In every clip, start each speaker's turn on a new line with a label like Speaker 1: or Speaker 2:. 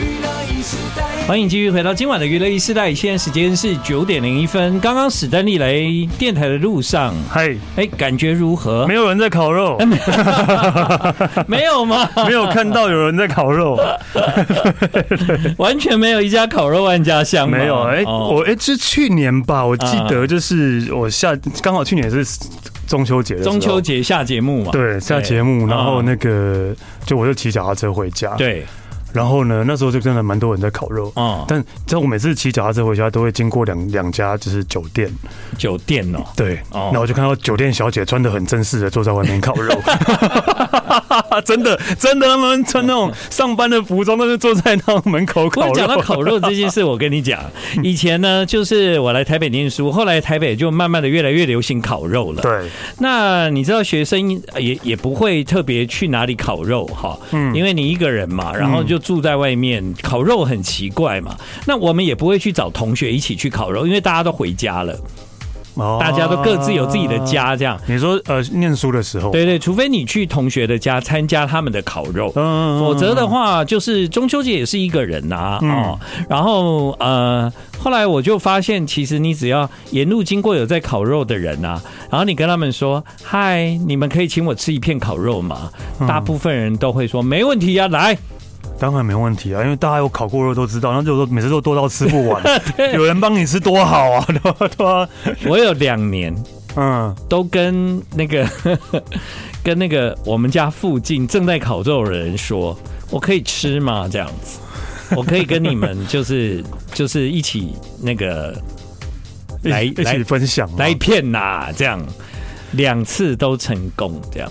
Speaker 1: 娱乐一时代。
Speaker 2: 欢迎继续回到今晚的娱乐一时代，现在时间是九点零一分。刚刚史丹利来电台的路上，
Speaker 3: 嗨，
Speaker 2: 哎，感觉如何？
Speaker 3: 没有人在烤肉，
Speaker 2: 哎没有吗？
Speaker 3: 没有看到有人在烤 肉，
Speaker 2: 完全没有一家烤肉万家香吗。
Speaker 3: 没有。哎，
Speaker 2: 哦嗯
Speaker 3: 我哎，这去年吧，我记得就是我下刚好去年是中秋节的时候
Speaker 2: 中秋节下节目嘛。
Speaker 3: 对下节目，然后那个就我就骑脚踏车回家，，
Speaker 2: 对，
Speaker 3: 然后呢，那时候就真的蛮多人在烤肉。
Speaker 2: 哦，
Speaker 3: 但知道我每次骑脚踏车回家都会经过两两家就是酒店，
Speaker 2: 酒店哦，
Speaker 3: 对，
Speaker 2: 哦
Speaker 3: 然后我就看到酒店小姐穿的很正式的坐在外面烤肉， 真的真的，他们穿那种上班的服装，但是坐在那种门口
Speaker 2: 不过
Speaker 3: 烤肉。
Speaker 2: 讲到烤肉这件事，我跟你讲，以前呢，就是我来台北念书，后来台北就慢慢的越来越流行烤肉了。
Speaker 3: 对，
Speaker 2: 那你知道学生呃也也不会特别去哪里烤肉哈，
Speaker 3: 嗯
Speaker 2: 因为你一个人嘛，然后就住在外面、烤肉很奇怪嘛。那我们也不会去找同学一起去烤肉，因为大家都回家了，
Speaker 3: 哦
Speaker 2: 大家都各自有自己的。家这样。
Speaker 3: 你说呃，念书的时候，
Speaker 2: 对对，除非你去同学的家参加他们的烤肉，
Speaker 3: 嗯，嗯
Speaker 2: 否则的，话，就是中秋节也是一个人呐、啊，哦，然后呃，后来我就发现，其实你只要沿路经过有在烤肉的人呐、然后你跟他们说：“嗨，你们可以请我吃一片烤肉吗？”大部分人都会说：“没问题呀、啊来。
Speaker 3: 嗯当然没问题啊，因为大家有烤过肉都知道，那就说每次都多到吃不 完，有人帮你吃多好啊， 对吧？对吧？”
Speaker 2: 我有两年
Speaker 3: 嗯，
Speaker 2: 都跟那个 跟那个我们家附近正在烤肉的人说：“我可以吃吗？”这样子，我可以跟你们就是 就是一起那个
Speaker 3: 一
Speaker 2: 来
Speaker 3: 起一
Speaker 2: 来
Speaker 3: 起分享啊。
Speaker 2: 来一片呐，这样两次都成功，这样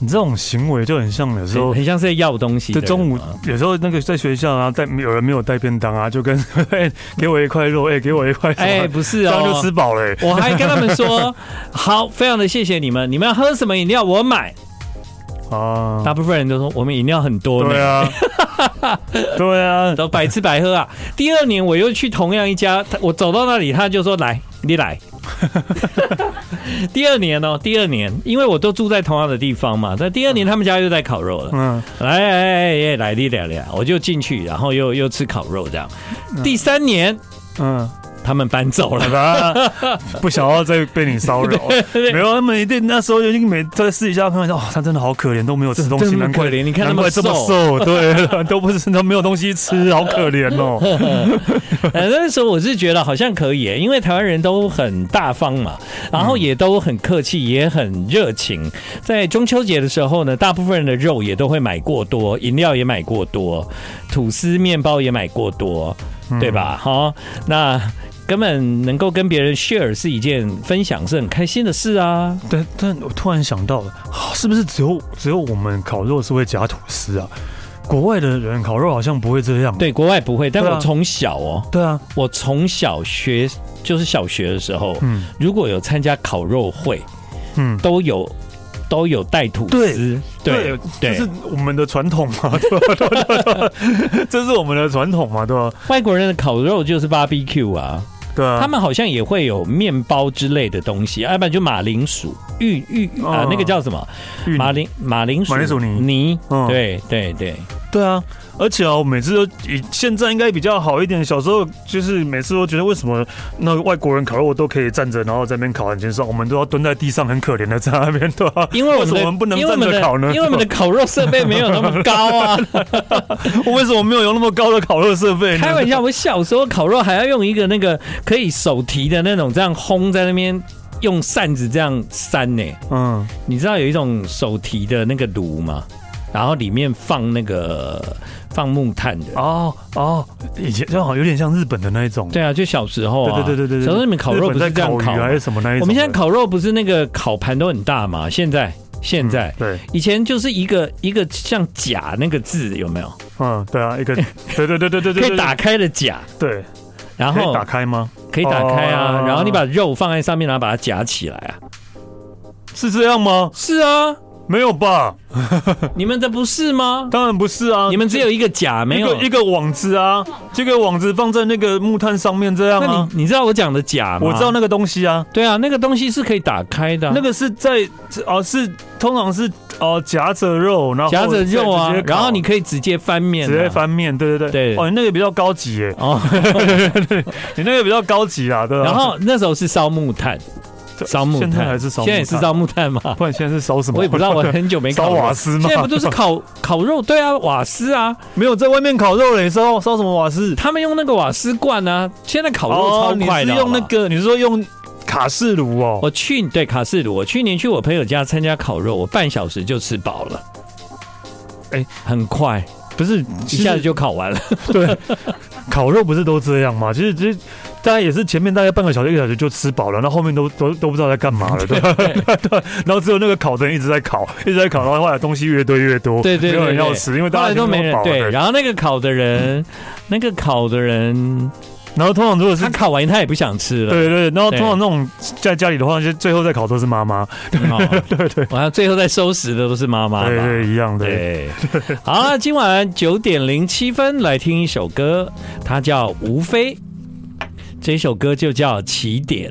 Speaker 3: 你这种行为就很像有时候
Speaker 2: 很像是在要东西的
Speaker 3: 就
Speaker 2: 人
Speaker 3: 中午
Speaker 2: 嘛
Speaker 3: 有时候那个在学校啊，带有人没有带便当啊，就跟 哎、给我一块肉，哎、给我一块什么，
Speaker 2: 哎，不是
Speaker 3: 这样就
Speaker 2: 哦
Speaker 3: 吃，饱了、哎
Speaker 2: 我还跟他们 说好，非常的谢谢你们，你们要喝什么饮料我买。
Speaker 3: 啊，
Speaker 2: 大部分人都说我们饮料很多
Speaker 3: 对
Speaker 2: 呢，
Speaker 3: 啊， 对啊，
Speaker 2: 都白吃白喝啊。第二年我又去同样一家，他我走到那里他就说来，你来。第二年哦，第二年，因为我都住在同样的地方嘛，但第二年他们家又在烤肉了。哎
Speaker 3: 嗯，
Speaker 2: 来来来来，你聊聊，我就进去，然后又又吃烤肉这样。第三年
Speaker 3: 嗯，
Speaker 2: 他们搬走
Speaker 3: 好
Speaker 2: 了，
Speaker 3: 吧， 不想要再被你骚 扰，没有，他们一定那时候已经每在私底下看到，哦，他真的好可怜，都没有吃东
Speaker 2: 真
Speaker 3: 西，
Speaker 2: 的
Speaker 3: 难
Speaker 2: 可
Speaker 3: 怪
Speaker 2: 怜你看那
Speaker 3: 难
Speaker 2: 么
Speaker 3: 怪这么
Speaker 2: 瘦
Speaker 3: 瘦，对， 都不是都没有东西吃，好可怜哦，
Speaker 2: 呃，那时候我是觉得好像可以耶，因为台湾人都很大方嘛，然
Speaker 3: 嗯
Speaker 2: 后也都很客气，也很热情。在中秋节的时候呢，大部分人的肉也都会买过多，饮料也买过多，吐司、面包也买过多，
Speaker 3: 嗯
Speaker 2: 对吧？哈，那根本能够跟别人 share 是一件分享，是很开心的事啊。
Speaker 3: 但但我突然想到了，啊是不是只有只有我们烤肉是会夹吐司啊？国外的人烤肉好像不会这样。
Speaker 2: 对，国外不会，但
Speaker 3: 对啊
Speaker 2: 我从小哦、
Speaker 3: 对啊，
Speaker 2: 我从小学就是小学的时候，
Speaker 3: 嗯
Speaker 2: 如果有参加烤肉会，
Speaker 3: 嗯，
Speaker 2: 都有都有带吐司，对
Speaker 3: 这是
Speaker 2: 对，
Speaker 3: 我们的传统嘛， 对吧？对吧对吧 这是我们的传统嘛，对吧？
Speaker 2: 外国人的烤肉就是 barbecue 啊，
Speaker 3: 对啊，
Speaker 2: 他们好像也会有面包之类的东西，啊要不然就马铃薯玉玉啊
Speaker 3: 哦，
Speaker 2: 那个叫什么
Speaker 3: 芋泥
Speaker 2: 马铃马铃薯
Speaker 3: 马铃薯泥
Speaker 2: 泥，
Speaker 3: 嗯
Speaker 2: 对对对，
Speaker 3: 对啊，而且啊，我每次都以现在应该比较好一点。小时候就是每次都觉得为什么那个外国人烤肉都可以站着，然后在那边烤很轻松，我们都要蹲在地上很可怜的在那边，对吧、
Speaker 2: 因为我
Speaker 3: 为
Speaker 2: 们
Speaker 3: 什么
Speaker 2: 的
Speaker 3: 我们不能
Speaker 2: 因为我
Speaker 3: 站
Speaker 2: 们
Speaker 3: 着
Speaker 2: 的
Speaker 3: 烤呢？
Speaker 2: 因为我们的烤肉设备没有那么高 啊，
Speaker 3: 为什么没有用那么高的烤肉设备呢？
Speaker 2: 开玩笑，我小时候烤肉还要用一个那个可以手提的那种，这样烘在那边用扇子这样扇呢、
Speaker 3: 嗯，
Speaker 2: 你知道有一种手提的那个炉吗？然后里面放那个放木炭的。
Speaker 3: 哦哦，以前就好像有点像日本的那一种，
Speaker 2: 对啊，就小时候啊，
Speaker 3: 对对对对对对
Speaker 2: 小时候你们烤肉不
Speaker 3: 日
Speaker 2: 是
Speaker 3: 本
Speaker 2: 这
Speaker 3: 在
Speaker 2: 样
Speaker 3: 烤
Speaker 2: 烤
Speaker 3: 鱼啊
Speaker 2: 吗
Speaker 3: 还是什么那一种的？
Speaker 2: 我们现在烤肉不是那个烤盘都很大嘛？现在现
Speaker 3: 嗯
Speaker 2: 在、
Speaker 3: 对，
Speaker 2: 以前就是一个一个像甲那个字有没有？
Speaker 3: 嗯，对啊，一个，对对对对对对，
Speaker 2: 可
Speaker 3: 对
Speaker 2: 以打，开的甲，
Speaker 3: 对，
Speaker 2: 然
Speaker 3: 可以
Speaker 2: 后
Speaker 3: 打开吗？
Speaker 2: 可以打开啊，
Speaker 3: 哦
Speaker 2: 然后你把肉放在上面，然后把它夹起来啊。
Speaker 3: 是这样吗？
Speaker 2: 是 啊，
Speaker 3: 没有吧？
Speaker 2: 你们的不是 吗？
Speaker 3: 当然不是啊，
Speaker 2: 你们只有一个夹，没
Speaker 3: 一
Speaker 2: 有
Speaker 3: 个一个网子啊，这个网子放在那个木炭上面这样
Speaker 2: 那
Speaker 3: 啊，
Speaker 2: 你你知道我讲的假吗？
Speaker 3: 我知道，那个东西啊，
Speaker 2: 对啊，那个东西是可以打开的啊、
Speaker 3: 那个是在哦、是通常是哦、夹着肉，然后
Speaker 2: 夹着肉啊
Speaker 3: 哦直接，烤
Speaker 2: 然后你可以直接翻面、啊，
Speaker 3: 直接翻面，对对对，
Speaker 2: 对
Speaker 3: 哦，你那个比较高级 耶，
Speaker 2: 哦。
Speaker 3: 你那个比较高级啊，对吧？
Speaker 2: 然后那时候是烧木炭，
Speaker 3: 对
Speaker 2: 烧木炭，
Speaker 3: 现在还是烧木炭，
Speaker 2: 现在也是烧木炭 吗？
Speaker 3: 不然现在是烧什么？
Speaker 2: 我也 不知道，我很久没烤
Speaker 3: 烧
Speaker 2: 肉
Speaker 3: 瓦斯吗？
Speaker 2: 现在不都是烤烤肉？对啊，瓦斯啊，
Speaker 3: 没有在外面烤肉嘞，烧烧什么瓦斯？
Speaker 2: 他们用那个瓦斯罐啊。现在烤
Speaker 3: 哦
Speaker 2: 肉超快的，
Speaker 3: 你是用那
Speaker 2: 好不好。
Speaker 3: 个，你是说用卡式炉哦？
Speaker 2: 我去对卡式炉，我去年去我朋友家参加烤肉，我半小时就吃饱了，
Speaker 3: 哎
Speaker 2: 很快，
Speaker 3: 不是，
Speaker 2: 一下子就烤完了。
Speaker 3: 烤肉不是都这样吗？其实其实大家也是前面大概半个小时、一个小时就吃饱了，然后后面都都都不知道在干 嘛了，对吧？对，然后只有那个烤的人一直在烤，一直在烤，然后后来东西越堆越多，
Speaker 2: 对对对
Speaker 3: 没有人
Speaker 2: 对
Speaker 3: 要吃，因为
Speaker 2: 后
Speaker 3: 大
Speaker 2: 来
Speaker 3: 家
Speaker 2: 都没人
Speaker 3: 饱
Speaker 2: 对，
Speaker 3: 了。
Speaker 2: 然后那个烤的 人，那个烤的人，
Speaker 3: 然后通常如果是
Speaker 2: 他烤完他也不想吃了，
Speaker 3: 对对，对然后
Speaker 2: 对
Speaker 3: 通常那种在家里的话，就最后再烤都是妈妈，
Speaker 2: 对对对，完了最后再收拾的都是妈妈嘛。
Speaker 3: 对对一样的。
Speaker 2: 对，好了，今晚九点零七分来听一首歌，它叫《无非》，这首歌就叫《起点》。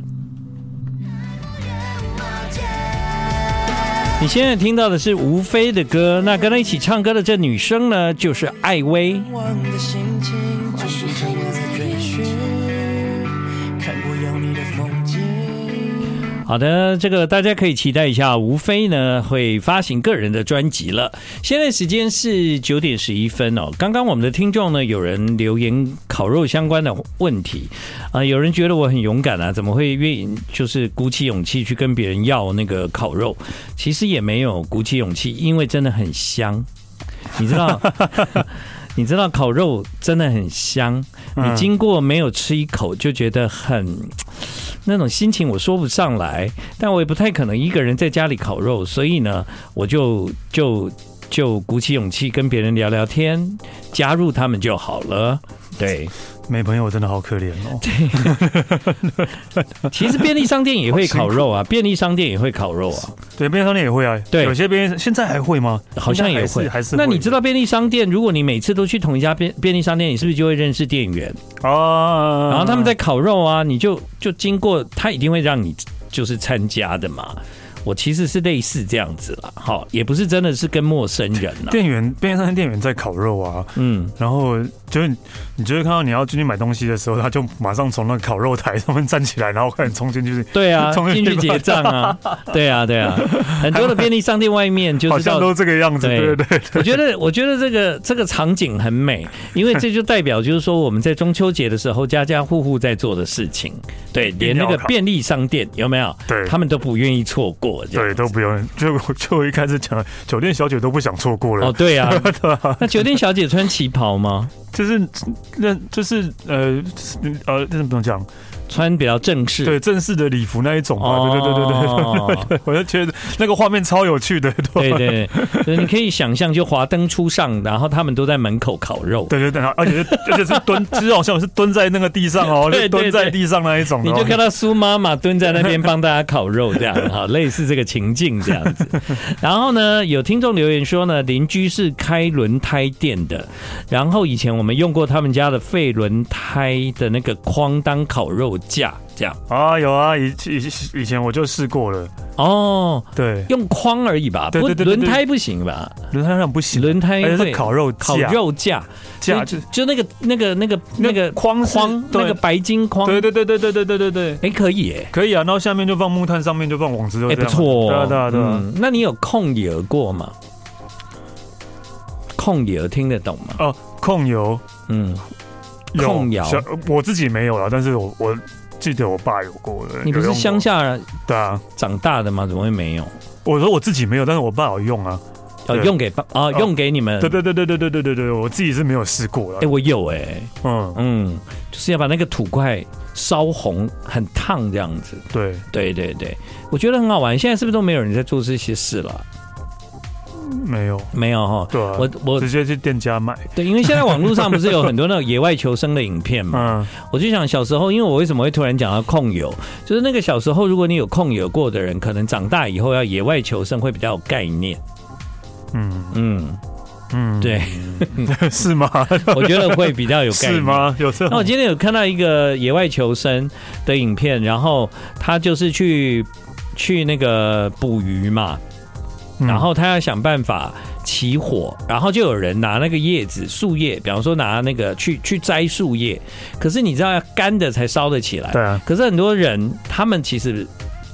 Speaker 2: 你现在听到的是吴非的歌，那跟他一起唱歌的这女生呢，就是艾薇。
Speaker 1: 望的心情，就是着我在追寻，看过有你的风景。
Speaker 2: 好的，这个大家可以期待一下，吴非呢会发行个人的专辑了。现在时间是九点十一分哦。刚刚我们的听众呢有人留言烤肉相关的问题啊、有人觉得我很勇敢啊，怎么会愿意就是鼓起勇气去跟别人要那个烤肉？其实也没有鼓起勇气，因为真的很香，你知道。 你知道烤肉真的很香，你
Speaker 3: 嗯
Speaker 2: 经过没有吃一口就觉得很那种心情我说不上来，但我也不太可能一个人在家里烤肉，所以呢，我就就就鼓起勇气跟别人聊聊天，加入他们就好了。 对，
Speaker 3: 没朋友真的好可怜哦。
Speaker 2: 其实便利商店也会烤肉啊，便利商店也会烤肉啊，
Speaker 3: 对，便利商店也会啊。
Speaker 2: 对
Speaker 3: 有些便利现在还会吗？
Speaker 2: 好像也
Speaker 3: 应该还
Speaker 2: 会
Speaker 3: 是还是。
Speaker 2: 那你知
Speaker 3: 这
Speaker 2: 道便利商店，如果你每次都去同一家便便利商店，你是不是就会认识店员？
Speaker 3: 啊？
Speaker 2: 然后他们在烤肉啊，你就就经过，他一定会让你就是参加的嘛。我其实是类似这样子啦，好，也不是真的是跟陌生人啊啦。
Speaker 3: 店员便利商店店员在烤肉啊，
Speaker 2: 嗯，
Speaker 3: 然后就是你你就会看到你要进去买东西的时候，他就马上从那个烤肉台上面站起来，然后快点冲进去，
Speaker 2: 对 啊，
Speaker 3: 从那
Speaker 2: 进去
Speaker 3: 地
Speaker 2: 结
Speaker 3: 方
Speaker 2: 账 啊，对啊，对啊，很多的便利商店外面就
Speaker 3: 好
Speaker 2: 是到
Speaker 3: 像都这个样子。
Speaker 2: 对
Speaker 3: 对对对，
Speaker 2: 我觉 得，我觉得这个这个场景很美，因为这就代表就是说我们在中秋节的时候，家家户户在做的事情，对，连那
Speaker 3: 一定
Speaker 2: 个
Speaker 3: 要考
Speaker 2: 便利商店有没有？
Speaker 3: 对
Speaker 2: 他们都不愿意错过。这样
Speaker 3: 对都不用。就就我一开始讲，酒店小姐都不想错过了。
Speaker 2: 哦，对 啊，那酒店小姐穿旗袍吗？
Speaker 3: 就是那，就是呃呃，那怎么讲？
Speaker 2: 穿比较正式。
Speaker 3: 对，正式的礼服那一种嘛。对对对对对对。
Speaker 2: 对对。
Speaker 3: 我就觉得那个画面超有趣的，
Speaker 2: 哦对对对，就是你可以想象，就华灯初上，然后他们都在门口烤肉，
Speaker 3: 对对对，而且是而且是蹲， 就是好像是蹲在那个地上哦，
Speaker 2: 对对
Speaker 3: 就蹲在地上那一种的
Speaker 2: 你
Speaker 3: 哦，
Speaker 2: 就看到苏妈妈蹲在那边帮大家烤肉，这样哈，类似这个情境这样 子。然后呢，有听众留言说呢，邻居是开轮胎店的，然后以前我们用过他们家的废轮胎的那个框当烤肉架，这样
Speaker 3: 啊有啊，以以以前我就试过了，
Speaker 2: 哦，
Speaker 3: 对，
Speaker 2: 用框而已吧，
Speaker 3: 对
Speaker 2: 不
Speaker 3: 对对对
Speaker 2: 轮胎不行吧？
Speaker 3: 轮胎上不行，
Speaker 2: 轮胎
Speaker 3: 而且
Speaker 2: 会
Speaker 3: 是烤肉架
Speaker 2: 烤肉架，
Speaker 3: 架
Speaker 2: 就
Speaker 3: 就
Speaker 2: 就那个那个那个那个
Speaker 3: 框是
Speaker 2: 框
Speaker 3: 对
Speaker 2: 那个白金框，
Speaker 3: 对对对对对对对对对，
Speaker 2: 哎可以哎。
Speaker 3: 可以啊，然后下面就放木炭，上面就放网子，就
Speaker 2: 哎、不
Speaker 3: 这样
Speaker 2: 错、哦，
Speaker 3: 对啊对啊对啊，
Speaker 2: 嗯那你有控野过吗？控野听得懂吗？
Speaker 3: 哦控油
Speaker 2: 嗯，
Speaker 3: 有
Speaker 2: 控窑
Speaker 3: 小我自己没有了，但是我我记得我爸有过的，
Speaker 2: 你不
Speaker 3: 有
Speaker 2: 是
Speaker 3: 用过
Speaker 2: 乡下
Speaker 3: 对啊，
Speaker 2: 长大的吗？怎么会没有？
Speaker 3: 我说我自己没有，但是我爸有用啊，
Speaker 2: 哦，
Speaker 3: 对
Speaker 2: 用给爸啊，用给你们。
Speaker 3: 对对对对对对对对对，我自己是没有试过
Speaker 2: 哎、
Speaker 3: 了，
Speaker 2: 我有哎、
Speaker 3: 嗯，
Speaker 2: 嗯，就是要把那个土块烧红，很烫这样子。
Speaker 3: 对。
Speaker 2: 对对对，我觉得很好玩。现在是不是都没有人在做这些事了？
Speaker 3: 没有，
Speaker 2: 没有哈。
Speaker 3: 对啊
Speaker 2: 我我
Speaker 3: 直接去店家买。
Speaker 2: 对，因为现在网络上不是有很多那种野外求生的影片 嘛，
Speaker 3: 嗯，
Speaker 2: 我就想小时候，因为我为什么会突然讲到控油，就是那个小时候，如果你有控油过的人，可能长大以后要野外求生会比较有概念。
Speaker 3: 嗯
Speaker 2: 嗯，
Speaker 3: 嗯，
Speaker 2: 对，
Speaker 3: 是吗？
Speaker 2: 我觉得会比 较有 概念。
Speaker 3: 是？吗？有这
Speaker 2: 那我
Speaker 3: 种
Speaker 2: 今天有看到一个野外求生的影片，然后他就是去去那个捕鱼嘛，
Speaker 3: 嗯
Speaker 2: 然后他要想办法起火，然后就有人拿那个叶子、树叶，比方说拿那个去去摘树叶，可是你知道要干的才烧得起来，
Speaker 3: 对啊，
Speaker 2: 可是很多人他们其实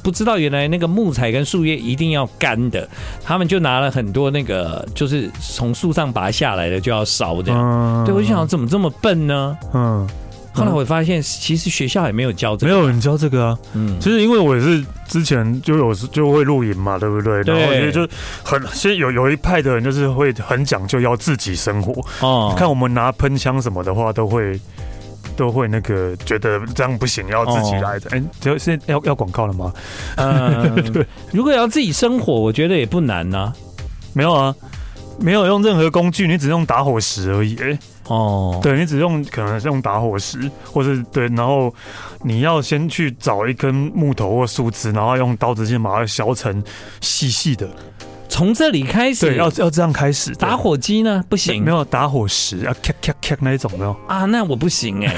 Speaker 2: 不知道，原来那个木材跟树叶一定要干的，他们就拿了很多那个就是从树上拔下来的就要烧这样。
Speaker 3: 嗯
Speaker 2: 对，我就想怎么这么笨呢？
Speaker 3: 嗯，
Speaker 2: 后来我发现，其实学校也没有教这
Speaker 3: 没
Speaker 2: 个。
Speaker 3: 有人教这个啊。
Speaker 2: 嗯，
Speaker 3: 其实因为我也是之前就有时就会露营嘛，对不对？
Speaker 2: 对
Speaker 3: 然后我觉得就很，现在有有一派的人就是会很讲究要自己生活。
Speaker 2: 哦
Speaker 3: 看我们拿喷枪什么的话，都会都会那个觉得这样不行，要自己来
Speaker 2: 哦
Speaker 3: 的。哎、这是要要广告了吗？
Speaker 2: 嗯，如果要自己生火，我觉得也不难呐、
Speaker 3: 没有啊。没有用任何工具，你只用打火石而已。哎
Speaker 2: 哦，
Speaker 3: 对你只用可能是用打火石，或是对，然后你要先去找一根木头或树枝，然后用刀子先把它削成细细的。
Speaker 2: 从这里开始。
Speaker 3: 对，要要这样开始。对
Speaker 2: 打火机呢？不行，
Speaker 3: 没有打火石啊，咔咔咔那一种没有。
Speaker 2: 啊，那我不行 哎、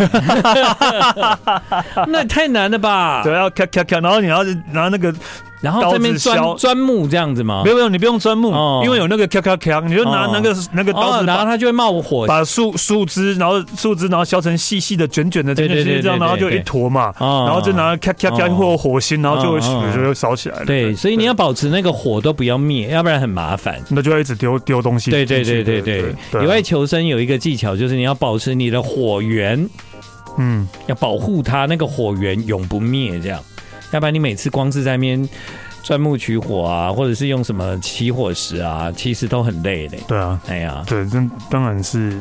Speaker 2: 那也太难了吧？
Speaker 3: 对，要咔咔咔，然后你要拿那个，
Speaker 2: 然后这边钻
Speaker 3: 刀子削
Speaker 2: 钻木这样子吗？
Speaker 3: 没有没有，你不用钻木
Speaker 2: 哦，
Speaker 3: 因为有那个咔咔咔，你就拿
Speaker 2: 哦
Speaker 3: 那个那个刀
Speaker 2: 哦，
Speaker 3: 子
Speaker 2: 然后
Speaker 3: 把。
Speaker 2: 它就会冒火。
Speaker 3: 把树树枝，然后树枝，然后削成细细的、卷卷的，
Speaker 2: 对
Speaker 3: 卷
Speaker 2: 对
Speaker 3: 卷
Speaker 2: 对
Speaker 3: 细细这样，
Speaker 2: 对
Speaker 3: 然后就
Speaker 2: 对
Speaker 3: 一坨嘛，
Speaker 2: 哦
Speaker 3: 然后就拿咔咔咔
Speaker 2: 哦
Speaker 3: 或火星，然后就会
Speaker 2: 哦哦
Speaker 3: 就会烧起来了。
Speaker 2: 对，所以你要保持那个火都不要灭，要不然很麻烦。
Speaker 3: 那就要一直丢丢东西进
Speaker 2: 对对
Speaker 3: 去。
Speaker 2: 对对对，野外
Speaker 3: 对，啊
Speaker 2: 求生有一个技巧，就是你要保持你的火源，
Speaker 3: 嗯，
Speaker 2: 要保护它，那个火源永不灭，这样，要不然你每次光是在那边钻木取火啊，或者是用什么起火石啊，其实都很累的。
Speaker 3: 对啊，
Speaker 2: 哎呀，
Speaker 3: 对，这当然是。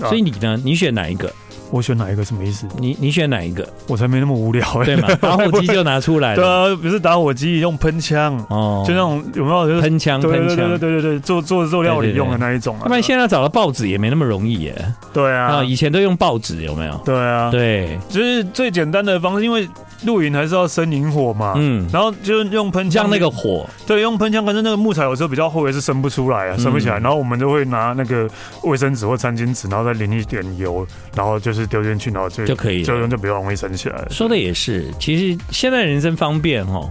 Speaker 3: 啊
Speaker 2: 所以你呢？你选哪一个？
Speaker 3: 我选哪一个什么意思？
Speaker 2: 你你选哪一 个？
Speaker 3: 我才没那么无聊哎。
Speaker 2: 对嘛？打火机就拿出来
Speaker 3: 对
Speaker 2: 了。
Speaker 3: 啊，不是打火机，用喷枪，
Speaker 2: 哦
Speaker 3: 就那种有没有就是
Speaker 2: 喷枪
Speaker 3: 对
Speaker 2: 喷
Speaker 3: 对对
Speaker 2: 枪
Speaker 3: 对对。对对，做做做料理用的那一种啊。
Speaker 2: 要不然现在找到报纸也没那么容易耶。
Speaker 3: 对啊
Speaker 2: 啊，，以前都用报纸，有没有？
Speaker 3: 对啊，
Speaker 2: 对，
Speaker 3: 就是最简单的方式，因为露营还是要生引火嘛。
Speaker 2: 嗯，
Speaker 3: 然后就是用喷枪，
Speaker 2: 像那个火，
Speaker 3: 对，用喷枪，可是那个木材有时候比较厚，也是生不出来啊，生不起来。
Speaker 2: 嗯
Speaker 3: 然后我们就会拿那个卫生纸或餐巾纸，然后再淋一点油，然后就是丢进去，然后就
Speaker 2: 就可以了
Speaker 3: 就就比较容易生起来了。
Speaker 2: 说的也是，其实现在人生方便哦。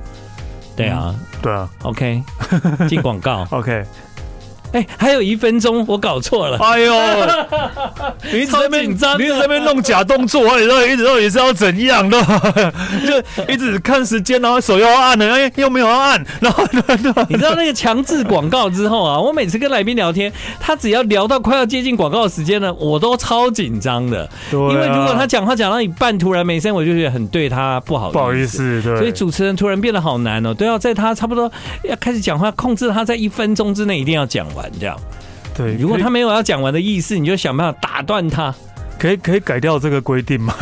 Speaker 2: 对啊、
Speaker 3: 对啊。
Speaker 2: o k 进广告
Speaker 3: ，OK。
Speaker 2: 哎、还有一分钟，我搞错了。
Speaker 3: 哎呦，你一直在
Speaker 2: 超
Speaker 3: 那
Speaker 2: 紧
Speaker 3: 边，
Speaker 2: 张的
Speaker 3: 你一直在那边弄假动作，然后一直到底是要怎样的？ 就一直看时间，然后手又要按了，哎，又没有要按，然后
Speaker 2: 你知道那个强制广告之后啊，我 每次跟来宾聊天，他只要聊到快要接近广告时间了，我都超紧张的。因为如果他讲话讲到一半突然没声，我就觉得很对他不好
Speaker 3: 不好意。思，对，
Speaker 2: 所以主持人突然变得好难哦，都要在他差不多要开始讲话，控制他在一分钟之内一定要讲完这样。
Speaker 3: 对，
Speaker 2: 如果他没有要讲完的意思，你就想办法打断他。
Speaker 3: 可以可以改掉这个规 定吗？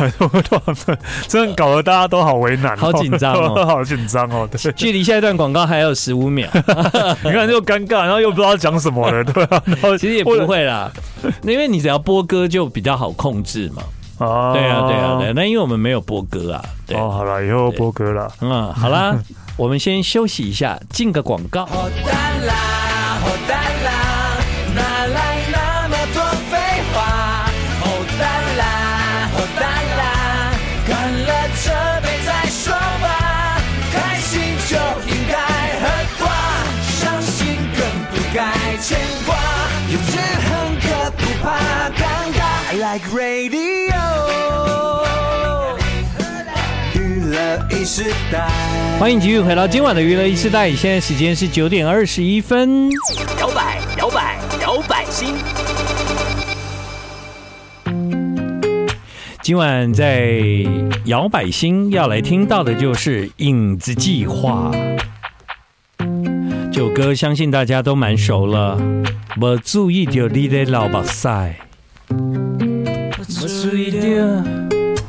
Speaker 3: 这样搞得大家都好为难哦，
Speaker 2: 好紧张哦
Speaker 3: 好紧张哦。对，
Speaker 2: 距离下一段广告还有十五 秒，
Speaker 3: 你看就尴尬，然后又不知道讲什么了，对 啊，然后
Speaker 2: 其实也不会啦，因为你只要播歌就比较好控制嘛。
Speaker 3: 啊
Speaker 2: 对啊，对啊，对啊。那因为我们没有播歌啊，对，
Speaker 3: 哦，好了，以后播歌了。
Speaker 2: 嗯，好啦，我们先休息一下，进个广告。
Speaker 1: 火大啦，火大啦，哪来那么多废话？火大啦，火大啦，干了这杯再说吧，开心就应该喝挂，伤心更不该牵挂，有志哼歌不怕尴尬，I like radio，娱乐一时代。
Speaker 2: 欢迎继续回到今晚的娱乐一时代，现在时间是九点二十一分。
Speaker 4: 摇摆，摇摆，摇摆心。
Speaker 2: 今晚在摇摆星要来听到的就是《影子计划》这首歌，相信大家都蛮熟了。我注意到你的老目屎，我注意到，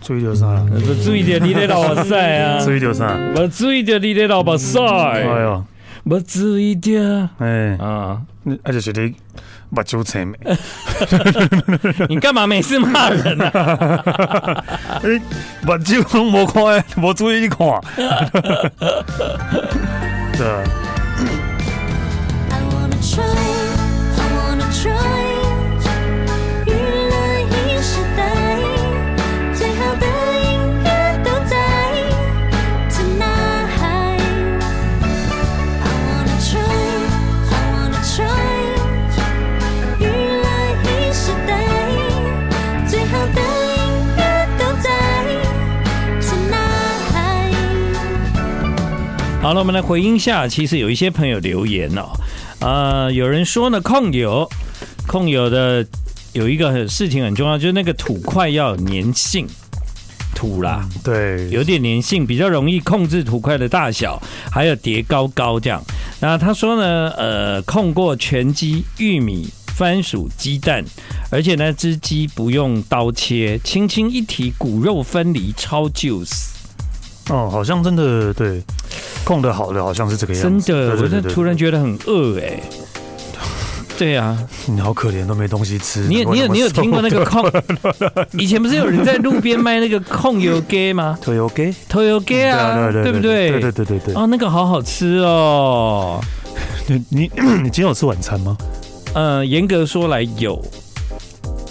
Speaker 3: 注意流沙了，
Speaker 2: 我注意到你的老目屎啊！
Speaker 3: 注意流沙。
Speaker 2: 我注意到你的老目屎，
Speaker 3: 哎呦，
Speaker 2: 不止一点
Speaker 3: 哎，
Speaker 2: 啊！
Speaker 3: 你而且是你目睭青眉，
Speaker 2: 你干嘛每次骂人 呢、啊？
Speaker 3: 哎，目睭拢无看，无注 意看。对啊，
Speaker 5: I wanna try, I wanna try，娱乐一时代，最好的音乐都在 tonight。I wanna try, I wanna try，娱乐一时代，最好的音乐都在 tonight。
Speaker 2: 好了，我们来回应一下，其实有一些朋友留言哦，呃，有人说呢，控油，控油的有一个很事情很重要，就是那个土块要有粘性，土啦，
Speaker 3: 对，
Speaker 2: 有点粘性，比较容易控制土块的大小，还有叠高高这样。那他说呢，呃，控过全鸡、玉米、番薯、鸡蛋，而且呢，只鸡不用刀切，轻轻一提，骨肉分离，超 juice。
Speaker 3: 哦，好像真的对，控的好的好像是这个
Speaker 2: 真
Speaker 3: 样子。
Speaker 2: 的，我
Speaker 3: 对
Speaker 2: 这突然，
Speaker 3: 对对对
Speaker 2: 觉得很饿哎、 对啊，
Speaker 3: 对你好可怜，都没东西吃。
Speaker 2: 你有你有你有听 过那个控？以前不是有人在路边卖那个控油给 吗？
Speaker 3: 推油给？
Speaker 2: 头油给啊，对不对？
Speaker 3: 对对对对对。
Speaker 2: 哦，那个好好吃哦。
Speaker 3: 你你 你今天有吃晚餐吗？
Speaker 2: 呃，严格说来有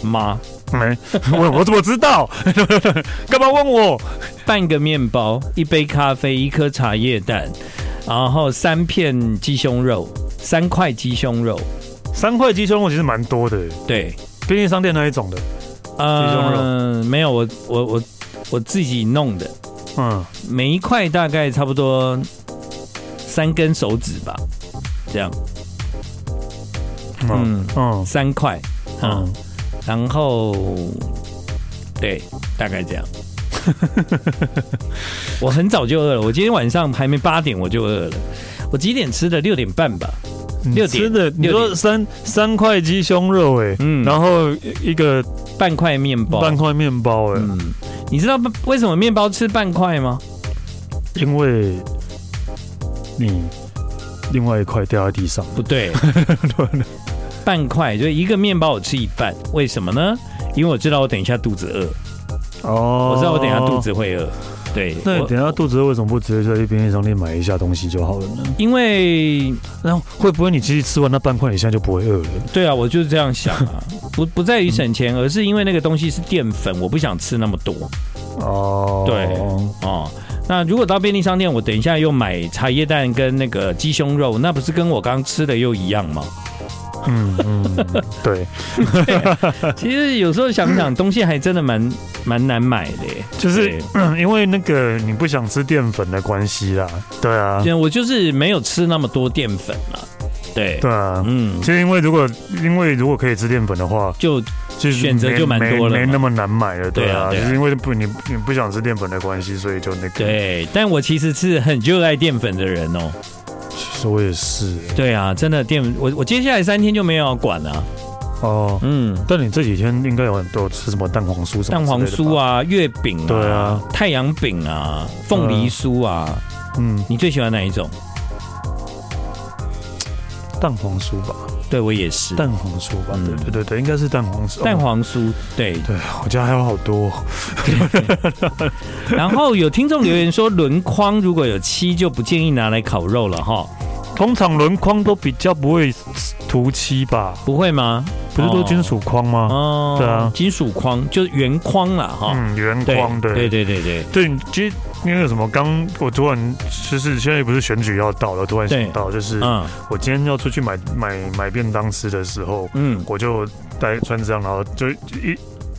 Speaker 2: 吗？
Speaker 3: 没， 我我怎么知道？ 干嘛问我？
Speaker 2: 半个面包，一杯咖啡，一颗茶叶蛋，然后三片鸡胸肉，三块鸡胸肉，
Speaker 3: 三块鸡胸肉其实蛮多的，
Speaker 2: 对，
Speaker 3: 便利商店那一种的。鸡胸
Speaker 2: 呃，没有，我我我我自己弄的，
Speaker 3: 嗯，
Speaker 2: 每一块大概差不多三根手指吧，这样，
Speaker 3: 嗯
Speaker 2: 嗯，
Speaker 3: 嗯
Speaker 2: 三块，嗯，
Speaker 3: 嗯，
Speaker 2: 然后对，大概 这样。我很早就饿了，我今天晚上还没八点我就饿了。我几点吃的？六点半吧。六点
Speaker 3: 真嗯的，你
Speaker 2: 六
Speaker 3: 说
Speaker 2: 点
Speaker 3: 三三块鸡胸肉哎，
Speaker 2: 嗯
Speaker 3: 然后一个
Speaker 2: 半块面包。
Speaker 3: 半块面包哎，
Speaker 2: 嗯，你知道为什么面包吃半块吗？
Speaker 3: 因为你另外一块掉在地上，
Speaker 2: 不 对， 半块就一个面包我吃一半，为什么呢？因为我知道我等一下肚子饿，
Speaker 3: 哦
Speaker 2: 我知道我等一下肚。子会饿。对，
Speaker 3: 那你
Speaker 2: 我
Speaker 3: 等一下肚子饿为什么不直接在便利商店买一下东西就好了呢？
Speaker 2: 因为
Speaker 3: 然后会不会你其实吃完那半块，你现在就不会饿了？
Speaker 2: 对啊，我就是这样想啊， 不不在于省钱，而是因为那个东西是淀粉，我不想吃那么多
Speaker 3: 哦，
Speaker 2: 对哦。那如果到便利商店，我等一下又买茶叶蛋跟那个鸡胸肉，那不是跟我刚吃的又一样 吗？
Speaker 3: 嗯嗯，对，
Speaker 2: 其实有时候想想，东西还真的蛮蛮难买的耶。
Speaker 3: 就是
Speaker 2: 对
Speaker 3: 因为那个你不想吃淀粉的关系啦，对啊，
Speaker 2: 对，我就是没有吃那么多淀粉嘛。对，
Speaker 3: 对啊。
Speaker 2: 嗯
Speaker 3: 其，实因为如果因为如果可以吃淀粉的话，
Speaker 2: 就
Speaker 3: 其实
Speaker 2: 选择就蛮多了嘛
Speaker 3: 没没那么难买了，对
Speaker 2: 对啊
Speaker 3: 啊，
Speaker 2: 对啊
Speaker 3: 就是因为不你你不想吃淀粉的关系，所以就那个。，
Speaker 2: 对。但我其实是很热爱淀粉的人哦。
Speaker 3: 其实我也是
Speaker 2: 对啊，真的淀粉，我我接下来三天就没有要管了、
Speaker 3: 哦。
Speaker 2: 嗯，
Speaker 3: 但你这几天应该有很多吃什么蛋黄酥什么
Speaker 2: 蛋黄酥
Speaker 3: 啊，
Speaker 2: 啊，月饼啊，
Speaker 3: 对啊，
Speaker 2: 太阳饼啊，凤梨酥啊，
Speaker 3: 嗯，
Speaker 2: 你最喜欢哪一种？
Speaker 3: 蛋黄酥吧，
Speaker 2: 对我也是，
Speaker 3: 蛋黄酥吧，
Speaker 2: 嗯
Speaker 3: 对对对对，应该是蛋黄酥。
Speaker 2: 蛋
Speaker 3: 哦
Speaker 2: 黄酥。对，
Speaker 3: 对我家还有好多哦，
Speaker 2: 然后有听众留言说，轮框如果有漆，就不建议拿来烤肉了哈，
Speaker 3: 通常轮框都比较不会涂漆吧，
Speaker 2: 不会吗？
Speaker 3: 不是都金属框吗？
Speaker 2: 哦，
Speaker 3: 对啊
Speaker 2: 金属框就是圆框啦哈。
Speaker 3: 嗯，圆框对
Speaker 2: 对对对对
Speaker 3: 对，你其实那个什么，刚我突然就是现在不是选举要到了，突然想到就是
Speaker 2: 对，嗯
Speaker 3: 我今天要出去买买买便当吃的时候，
Speaker 2: 嗯，
Speaker 3: 我就带穿这样，然后就一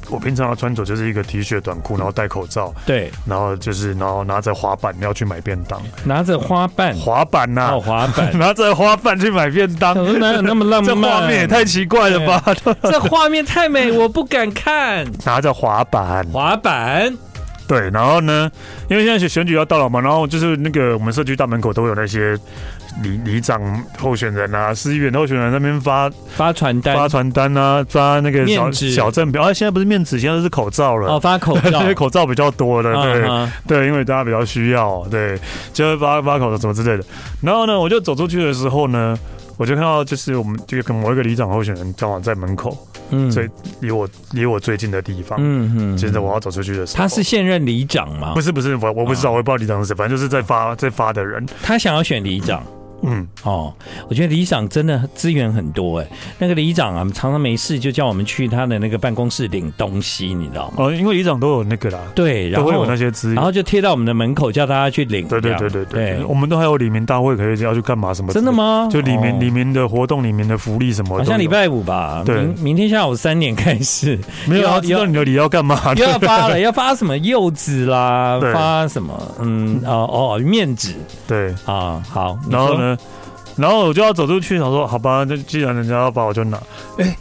Speaker 3: 我平常要穿着就是一个 T 恤短裤，然后戴口罩，
Speaker 2: 对，
Speaker 3: 然后就是然后拿着滑板要去买便当，
Speaker 2: 拿着花瓣
Speaker 3: 滑板呐、
Speaker 2: 哦，滑板，
Speaker 3: 拿着滑板去买便当，
Speaker 2: 我说哪有那么浪漫？
Speaker 3: 这画面也太奇怪了吧？
Speaker 2: 这画面太美，我不敢看
Speaker 3: 拿着滑板，
Speaker 2: 滑板。
Speaker 3: 对，然后呢，因为现在选选举要到了嘛，然后就是那个我们社区大门口都有那些里里长候选人啊、市议员候选人那边发
Speaker 2: 发传单
Speaker 3: 发传单啊，发那个小
Speaker 2: 面纸
Speaker 3: 小证表啊，现在不是面纸，现在都是口罩了。
Speaker 2: 哦， 发口罩
Speaker 3: 现在。口罩比较多了，对、
Speaker 2: 嗯嗯
Speaker 3: 对，因为大家比较需要，对，就会发发口罩什么之类的。然后呢，我就走出去的时候呢，我就看到就是我们这个某一个里长候选人刚好在门口，
Speaker 2: 嗯
Speaker 3: 最离我离我最近的地方，
Speaker 2: 嗯嗯，
Speaker 3: 接着我要走出去的时候，
Speaker 2: 他是啊现任里长嘛
Speaker 3: 不？是不是，我我不知道，我也不知道里长是谁，反正就是在发在发的人。
Speaker 2: 他想要选里长。
Speaker 3: 嗯，
Speaker 2: 哦，我觉得里长真的资源很多哎、那个里长啊，常常没事就叫我们去他的那个办公室领东西，你知道吗？
Speaker 3: 哦，因为里长都有那个啦，
Speaker 2: 对，然
Speaker 3: 都
Speaker 2: 后
Speaker 3: 会有那些资
Speaker 2: 然
Speaker 3: 源。
Speaker 2: 后就贴到我们的门口，叫大家去领这
Speaker 3: 对对
Speaker 2: 样。
Speaker 3: 对对对，我们都还有里面大会可以要去干嘛什么？
Speaker 2: 真的？吗？
Speaker 3: 就里面
Speaker 2: 哦
Speaker 3: 里面的活动，里面的福利什么
Speaker 2: 好
Speaker 3: 的都有？
Speaker 2: 像礼拜五吧，
Speaker 3: 对
Speaker 2: 明明天下午三点开始，
Speaker 3: 没有
Speaker 2: 又
Speaker 3: 要
Speaker 2: 要
Speaker 3: 知道
Speaker 2: 又
Speaker 3: 你的礼要干嘛？
Speaker 2: 又 要发了，要发什么柚子啦
Speaker 3: 对，
Speaker 2: 发什么嗯哦哦面纸
Speaker 3: 对，
Speaker 2: 啊，好，你
Speaker 3: 然后
Speaker 2: 说？
Speaker 3: 呢，然后我就要走出去，想说好吧，那既然人家要发，我就拿。哎，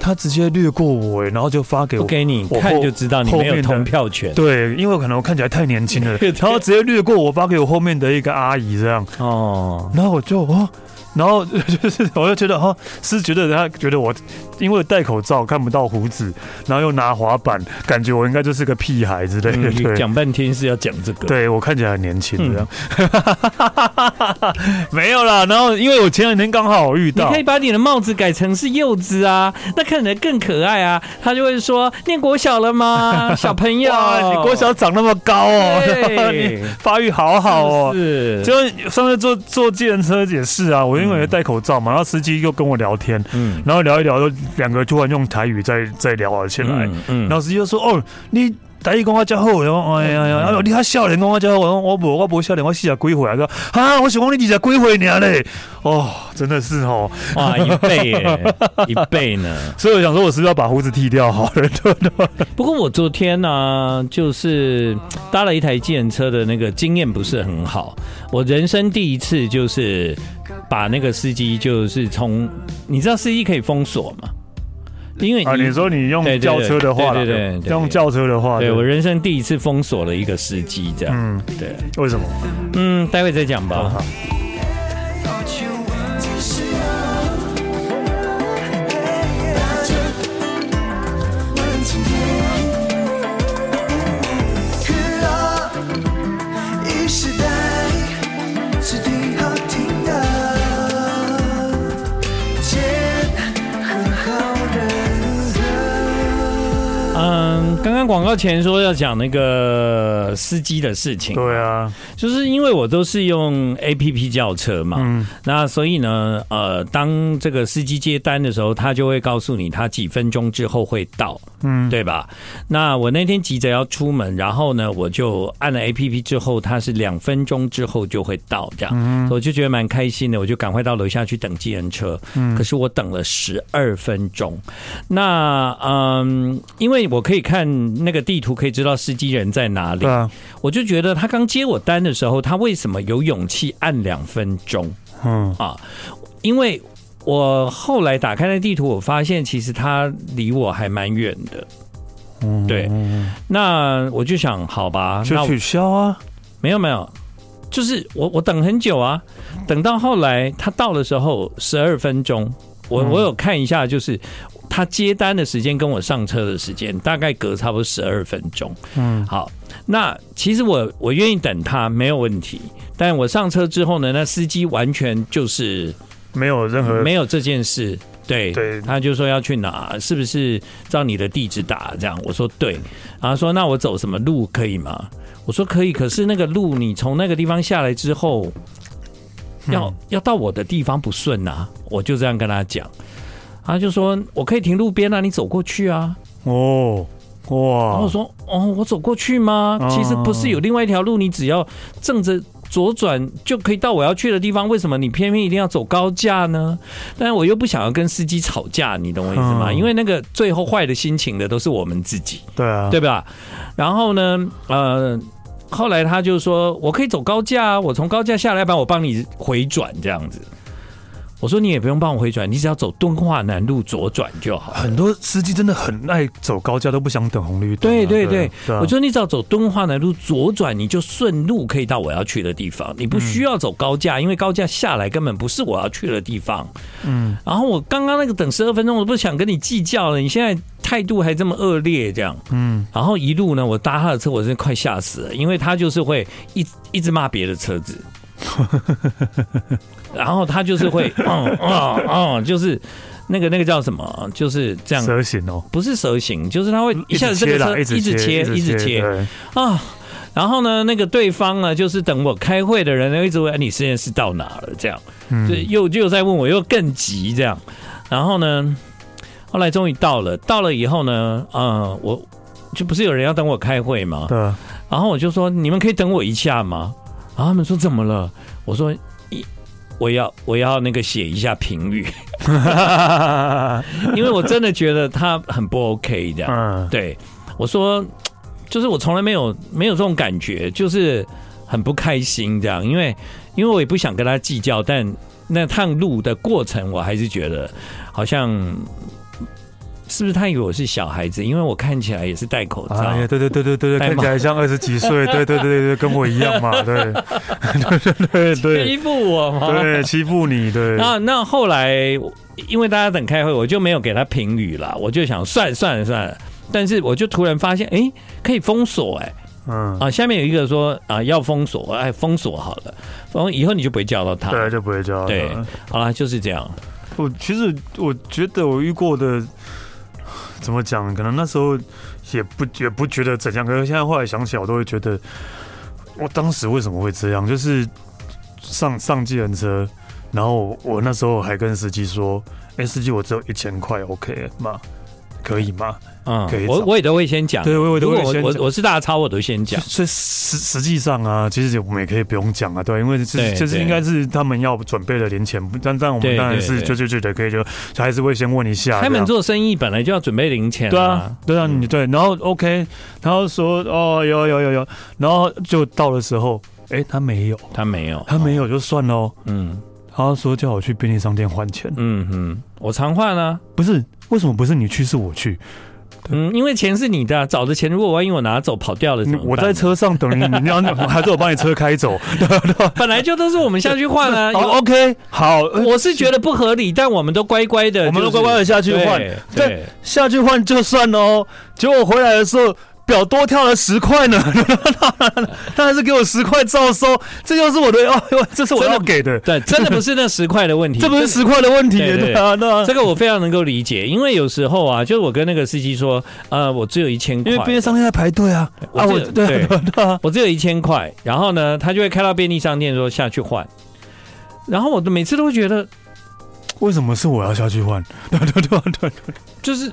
Speaker 3: 他直接略过我，哎，然后就发给
Speaker 2: 不
Speaker 3: 我。
Speaker 2: 给你
Speaker 3: 我后
Speaker 2: 看就知道你
Speaker 3: 后
Speaker 2: 没有
Speaker 3: 面的
Speaker 2: 投票权
Speaker 3: 对，因为可能我看起来太年轻了，
Speaker 2: 对
Speaker 3: 然后直接略过我，发给我后面的一个阿姨这样。
Speaker 2: 哦。
Speaker 3: 然后我就哦，然后就是我就觉得哦，是觉得他觉得我因为戴口罩看不到胡子，然后又拿滑板，感觉我应该就是个屁孩之类的。
Speaker 2: 嗯
Speaker 3: 对
Speaker 2: 讲嗯半天是要讲这个，
Speaker 3: 对我看起来很年轻这样， 没有啦。然后因为我前两天刚好遇
Speaker 2: 你
Speaker 3: 到
Speaker 2: 可以，把你的帽子改成是柚子啊，那看起来更可爱啊。他就会说：“念国小了 吗，小朋友？”
Speaker 3: 哇，你国小长那么高哦，
Speaker 2: 对
Speaker 3: 你发育好好哦。
Speaker 2: 是不是，
Speaker 3: 就上次坐坐计程车也是啊，我因为戴口罩嘛，然后司机又跟我聊天，
Speaker 2: 嗯
Speaker 3: 然后聊一聊，就两个突然用台语在在聊了起来，
Speaker 2: 嗯嗯
Speaker 3: 然后司机就说：“哦，你台语讲话真好，然后哎
Speaker 2: 嗯
Speaker 3: 呀呀，哎呦，你较少年讲话真好，我说我无我无少年，我四十几岁啊，他说啊，我想讲你二十几岁尔嘞，哦，真的是哦，
Speaker 2: 哇，一倍 耶，一倍呢。
Speaker 3: 所以我想说，我是不是要把胡子剃掉好了？ 对不对？
Speaker 2: 不过我昨天呢、就是搭了一台计程车的那个经验不是很好，我人生第一次就是把那个司机就是从，你知道司机可以封锁吗？因为
Speaker 3: 啊，你说你用
Speaker 2: 对对对
Speaker 3: 轿车的话啦，
Speaker 2: 对对对对对
Speaker 3: 用轿车的话，
Speaker 2: 对我人生第一次封锁了一个司机，这样，
Speaker 3: 嗯，
Speaker 2: 对，
Speaker 3: 为什么？
Speaker 2: 嗯，待会再讲吧。
Speaker 3: 好
Speaker 1: 时代是挺好听的，见很好人。
Speaker 2: 嗯，刚刚广告前说要讲那个司机的事情，
Speaker 3: 对啊，
Speaker 2: 就是因为我都是用 A P P 叫车嘛，
Speaker 3: 嗯
Speaker 2: 那所以呢，呃，当这个司机接单的时候，他就会告诉你他几分钟之后会到，
Speaker 3: 嗯，
Speaker 2: 对吧？那我那天急着要出门，然后呢，我就按了 A P P 之后，它是两分钟之后就会到，这样，
Speaker 3: 嗯
Speaker 2: 所以我就觉得蛮开心的，我就赶快到楼下去等计程车。
Speaker 3: 嗯
Speaker 2: 可是我等了十二分钟。那嗯，因为我可以看那个地图，可以知道司机人在哪里
Speaker 3: 对，啊，
Speaker 2: 我就觉得他刚接我单的时候，他为什么有勇气按两分钟？
Speaker 3: 嗯，
Speaker 2: 啊，因为我后来打开那地图，我发现其实它离我还蛮远的。
Speaker 3: 嗯
Speaker 2: 对，那我就想，好吧，那
Speaker 3: 就
Speaker 2: 我
Speaker 3: 取消啊，
Speaker 2: 没有没有，就是我我等很久啊，等到后来他到的时候十二分钟，我我有看一下，就是他接单的时间跟我上车的时间大概隔差不多十二分钟。
Speaker 3: 嗯，
Speaker 2: 好，那其实我我愿意等他没有问题，但我上车之后呢，那司机完全就是
Speaker 3: 没有任何
Speaker 2: 没有这件事。对，
Speaker 3: 对
Speaker 2: 他就说要去哪，是不是照你的地址打这样？我说对，然后说那我走什么路可以吗？我说可以，可是那个路你从那个地方下来之后，
Speaker 3: 嗯
Speaker 2: 要、要到我的地方不顺啊，我就这样跟他讲，他就说我可以停路边啊，你走过去啊。
Speaker 3: 哦，
Speaker 2: 然后
Speaker 3: 哇
Speaker 2: 我，说哦，我走过去吗？
Speaker 3: 哦
Speaker 2: 其实不是有另外一条路，你只要正着左转就可以到我要去的地方，为什么你偏偏一定要走高架呢？但我又不想要跟司机吵架，你懂我意思吗？
Speaker 3: 嗯
Speaker 2: 因为那个最后坏的心情的都是我们自己，
Speaker 3: 对啊，
Speaker 2: 对吧？然后呢，呃。后来他就说：“我可以走高架啊，我从高架下来，把我帮你回转这样子。”我说你也不用帮我回转，你只要走敦化南路左转就好。
Speaker 3: 很多司机真的很爱走高架，都不想等红绿灯啊。
Speaker 2: 对对
Speaker 3: 对
Speaker 2: 对，
Speaker 3: 啊
Speaker 2: 我觉得你只要走敦化南路左转，你就顺路可以到我要去的地方，你不需要走高架，因为高架下来根本不是我要去的地方。嗯，然后我刚刚那个等十二分钟，我不想跟你计较了，你现在态度还这么恶劣，这样。嗯，然后一路呢，我搭他的车，我真的快吓死了，因为他就是会一一直骂别的车 子。然后他就是会，嗯嗯嗯，就是那个那个叫什么，就是这样
Speaker 3: 蛇形哦，
Speaker 2: 不是蛇形，就是它会嗯一下子这
Speaker 3: 切
Speaker 2: 个
Speaker 3: 啦
Speaker 2: 车一直切一直切
Speaker 3: 对
Speaker 2: 啊。然后呢，那个对方呢，就是等我开会的人呢，一直问哎你实验室到哪了，这样，
Speaker 3: 嗯
Speaker 2: 就又又在问我，又更急这样。然后呢，后来终于到了，到了以后呢，嗯，我就不是有人要等我开会吗？
Speaker 3: 对啊，
Speaker 2: 然后我就说：“你们可以等我一下吗？”然后他们说：“怎么了？”我说：“一，我要我要那个写一下评语，
Speaker 3: 啊
Speaker 2: 因为我真的觉得他很不 OK 这样。
Speaker 3: 嗯，
Speaker 2: 对，我说，就是我从来没有没有这种感觉，就是很不开心这样，因为因为我也不想跟他计较，但那趟路的过程，我还是觉得好像。”是不是他以为我是小孩子？因为我看起来也是戴口罩。
Speaker 3: 哎呀，对对对对对对，
Speaker 2: 太忙
Speaker 3: 看起来像二十几岁，对对对对对，跟我一样 嘛，对，对对对对
Speaker 2: 欺负我吗？
Speaker 3: 对，欺负你，对，
Speaker 2: 那那后来，因为大家等开会，我就没有给他评语啦，我就想算了算了算了。但是我就突然发现，哎、可以封锁哎、
Speaker 3: 嗯，
Speaker 2: 啊！下面有一个说啊，要封锁，哎，封锁好了，封以后你就不会叫到他。
Speaker 3: 对，就不会叫。
Speaker 2: 对，好啦，就是这样。
Speaker 3: 我其实我觉得我遇过的，怎么讲？可能那时候也不也不觉得怎样，可是现在后来想起来，我都会觉得，我当时为什么会这样？就是上上计程车，然后我那时候还跟司机说：“哎、司机，我只有一千块，OK 吗？可以吗
Speaker 2: 嗯
Speaker 3: 可以，
Speaker 2: 我
Speaker 3: 找
Speaker 2: 我也都会先讲。
Speaker 3: 对我我也都会
Speaker 2: 如果
Speaker 3: 先
Speaker 2: 我
Speaker 3: 讲
Speaker 2: 我是大超，我都先？”讲。
Speaker 3: 所以实实际上啊，其实我们也可以不用讲啊，对，因为这
Speaker 2: 对
Speaker 3: 这是
Speaker 2: 对
Speaker 3: 应该是他们要准备的零钱，但但我们
Speaker 2: 对
Speaker 3: 当然
Speaker 2: 对
Speaker 3: 是
Speaker 2: 对
Speaker 3: 就就觉得可以就就还是会先问一下。
Speaker 2: 开
Speaker 3: 这
Speaker 2: 门
Speaker 3: 样
Speaker 2: 做生意本来就要准备零钱、
Speaker 3: 对啊，，对
Speaker 2: 嗯
Speaker 3: 啊，你对，然后 OK，然后说哦，有有有有，然后就到的时候，哎、他没有，
Speaker 2: 他没有，
Speaker 3: 他没有就算喽、
Speaker 2: 嗯
Speaker 3: 他说叫我去便利商店换钱，
Speaker 2: 嗯嗯，我常换啊，
Speaker 3: 不是为什么不是你去是我去？
Speaker 2: 嗯，因为钱是你的啊，找的钱如果万一我拿走跑掉了怎
Speaker 3: 你
Speaker 2: 么办？
Speaker 3: 我在车上等你，你要还是我把你车开走？
Speaker 2: 本来就都是我们下去换 啊。
Speaker 3: 好
Speaker 2: 有
Speaker 3: ，OK，好，呃
Speaker 2: 我是觉得不合理，但我们都乖乖的，
Speaker 3: 我们
Speaker 2: 就
Speaker 3: 都
Speaker 2: 是
Speaker 3: 乖乖的下去换
Speaker 2: 对，
Speaker 3: 对
Speaker 2: 对，
Speaker 3: 下去换就算喽。结果回来的时候。表多跳了十块呢， 他还是给我十块照收，这就是我的哦，这是我要给的，
Speaker 2: 对，真的不是那十块的问题，
Speaker 3: 这不
Speaker 2: 真的
Speaker 3: 是十块的问题，
Speaker 2: 对对
Speaker 3: 对啊，对 啊
Speaker 2: 这。个我非常能够理解，因为有时候啊，就是我跟那个司机说，呃，我只有一千
Speaker 3: 因
Speaker 2: 块，
Speaker 3: 为便利商店在排队啊，
Speaker 2: 我
Speaker 3: 啊，我
Speaker 2: 这
Speaker 3: 对
Speaker 2: 对
Speaker 3: 啊对啊，
Speaker 2: 我只有一千块，然后呢，他就会开到便利商店说下去换，然后我每次都会觉得
Speaker 3: 为什么是我要下去换？ 对对对啊对，
Speaker 2: 就是。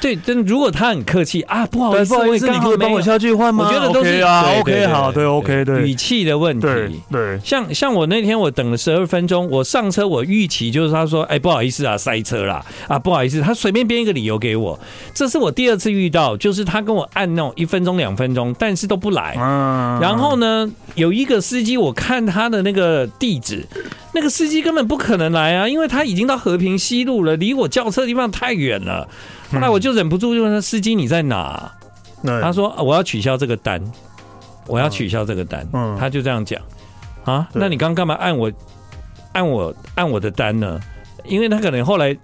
Speaker 2: 对，真的如果他很客气啊，不好意
Speaker 3: 对，
Speaker 2: 思，
Speaker 3: 不好意思，
Speaker 2: 我也刚
Speaker 3: 哦你可以
Speaker 2: 好
Speaker 3: 帮
Speaker 2: 没有
Speaker 3: 我下去换吗？
Speaker 2: 我觉得都是
Speaker 3: OK 啊
Speaker 2: 对对
Speaker 3: ，OK，好，对，OK，
Speaker 2: 语
Speaker 3: 对
Speaker 2: 气的问
Speaker 3: 对
Speaker 2: 题。
Speaker 3: 对，
Speaker 2: 像像我那天我等了十二分钟，我上车我预期就是他说，哎，不好意思啊，塞车啦，啊，不好意思，他随便编一个理由给我。这是我第二次遇到，就是他跟我按那种一分钟、两分钟，但是都不来。
Speaker 3: 嗯
Speaker 2: 然后呢，有一个司机，我看他的那个地址，那个司机根本不可能来啊，因为他已经到和平西路了，离我叫车的地方太远了。后来我就忍不住就问他：“司机你在哪？”他
Speaker 3: 他
Speaker 2: 说、啊我要取消这个单，我要取消这个单，
Speaker 3: 嗯
Speaker 2: 他就这样讲啊，
Speaker 3: 对
Speaker 2: 那你刚刚干嘛按我按我按我的单呢？因为他可能后来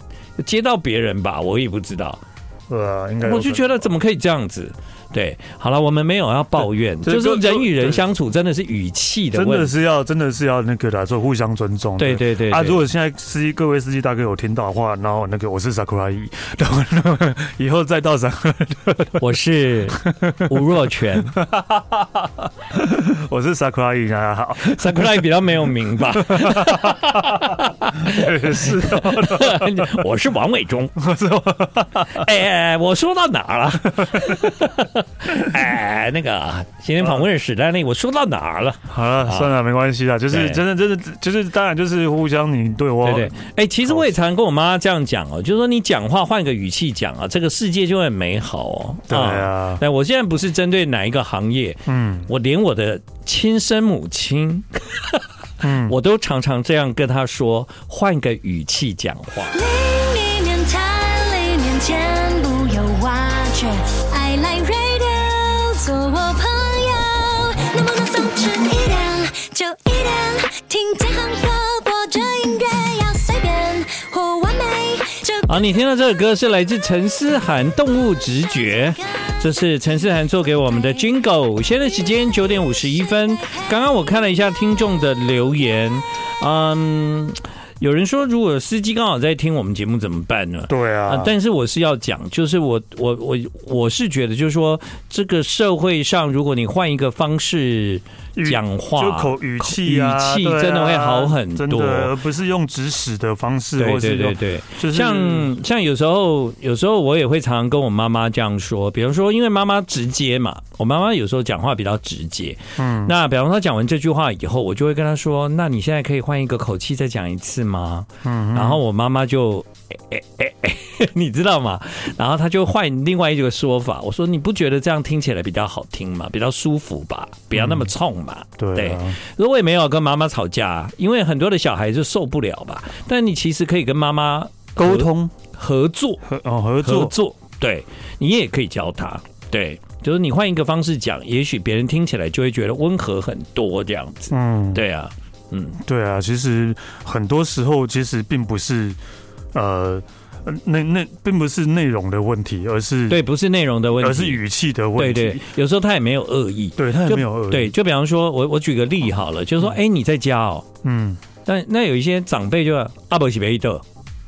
Speaker 2: 接到别人吧，我也不知道，
Speaker 3: 呃，应该有
Speaker 2: 我就觉得怎么可以这样子？对，好了，我们没有要抱怨，
Speaker 3: 对
Speaker 2: 就是
Speaker 3: 就
Speaker 2: 人与人
Speaker 3: 对
Speaker 2: 相处真的是语气的
Speaker 3: 真
Speaker 2: 问
Speaker 3: 的
Speaker 2: 题，
Speaker 3: 是 要真的是要那个的，做互相尊重。
Speaker 2: 对对对
Speaker 3: 啊，
Speaker 2: 对
Speaker 3: 如果现在司机各位司机大哥有听到的话，然后那个我是 Sakura 一，然后以后再到 Sakura
Speaker 2: 我是吴若权
Speaker 3: 我是 Sakura 一，大家好，
Speaker 2: ，Sakurai 比较没有名吧，
Speaker 3: 是哦
Speaker 2: 我是王伟 忠，哎，我说到哪儿了？ 哎，那个今天访问史丹利，我说到哪儿了？
Speaker 3: 好了，算了，没关系啦，就是
Speaker 2: 啊对
Speaker 3: 真的，真的，就是当然就是互相你对我，
Speaker 2: 对对，哎，其实我
Speaker 3: 哦
Speaker 2: 也常跟我妈这样讲哦，就是说你讲话换个语气讲啊，这个世界就会很美好哦。
Speaker 3: 对啊
Speaker 2: 那我现在不是针对哪一个行业，
Speaker 3: 嗯，
Speaker 2: 我连我的亲生母亲
Speaker 3: 嗯
Speaker 2: 我都常常这样跟他说，换个语气讲话。
Speaker 5: 零零年谈，零年前不要挖掘。I like radio，做我朋友，能不能松弛一点？就一点，听健康广播，这音乐要随便或完美。这
Speaker 2: 好，你听到这首歌是来自陈思涵《动物直觉》，这是陈思涵做给我们的 Jingle。现在时间九点五十一分，刚刚我看了一下听众的留言，嗯，有人说如果司机刚好在听我们节目怎么办呢？
Speaker 3: 对啊
Speaker 2: 啊，，但是我是要讲，就是我我我我是觉得，就是说这个社会上，如果你换一个方式
Speaker 3: 语
Speaker 2: 讲话，
Speaker 3: 就口语气啊，
Speaker 2: 语气
Speaker 3: 对啊
Speaker 2: 真的会好很
Speaker 3: 真
Speaker 2: 多。
Speaker 3: 的而不是用指使的方式，
Speaker 2: 对
Speaker 3: 或
Speaker 2: 对
Speaker 3: 是
Speaker 2: 对
Speaker 3: 用
Speaker 2: 对，
Speaker 3: 就是
Speaker 2: 像像有时候，有时候我也会常常跟我妈妈这样说，比如说，因为妈妈直接嘛，我妈妈有时候讲话比较直接，嗯，那比方说她讲完这句话以后，我就会跟她说，那你现在可以换一个口气再讲一次吗？嗯，然后我妈妈就，哎哎哎哎，你知道吗？然后她就换另外一个说法，我说你不觉得这样听起来比较好听吗？比较舒服吧，不要那么冲嘛，
Speaker 3: 对啊
Speaker 2: 如果也没有跟妈妈吵架、因为很多的小孩就受不了吧。但你其实可以跟妈妈
Speaker 3: 沟通
Speaker 2: 合作，
Speaker 3: 合哦
Speaker 2: 合
Speaker 3: 合作，
Speaker 2: 作，对你也可以教他，对，就是你换一个方式讲，也许别人听起来就会觉得温和很多这样子。
Speaker 3: 嗯，
Speaker 2: 对啊，嗯，
Speaker 3: 对啊，其实很多时候其实并不是呃呃那那并不是内容的问题，而是
Speaker 2: 对，不是内容的问题，
Speaker 3: 而是语气的问
Speaker 2: 对
Speaker 3: 题。
Speaker 2: 对，有时候他也没有恶意，
Speaker 3: 对他也
Speaker 2: 就
Speaker 3: 没有恶意。
Speaker 2: 对，，就比方说我我举个例好了，就是说，哎、你在家哦，
Speaker 3: 嗯，
Speaker 2: 但那有一些长辈就阿伯喜贝豆，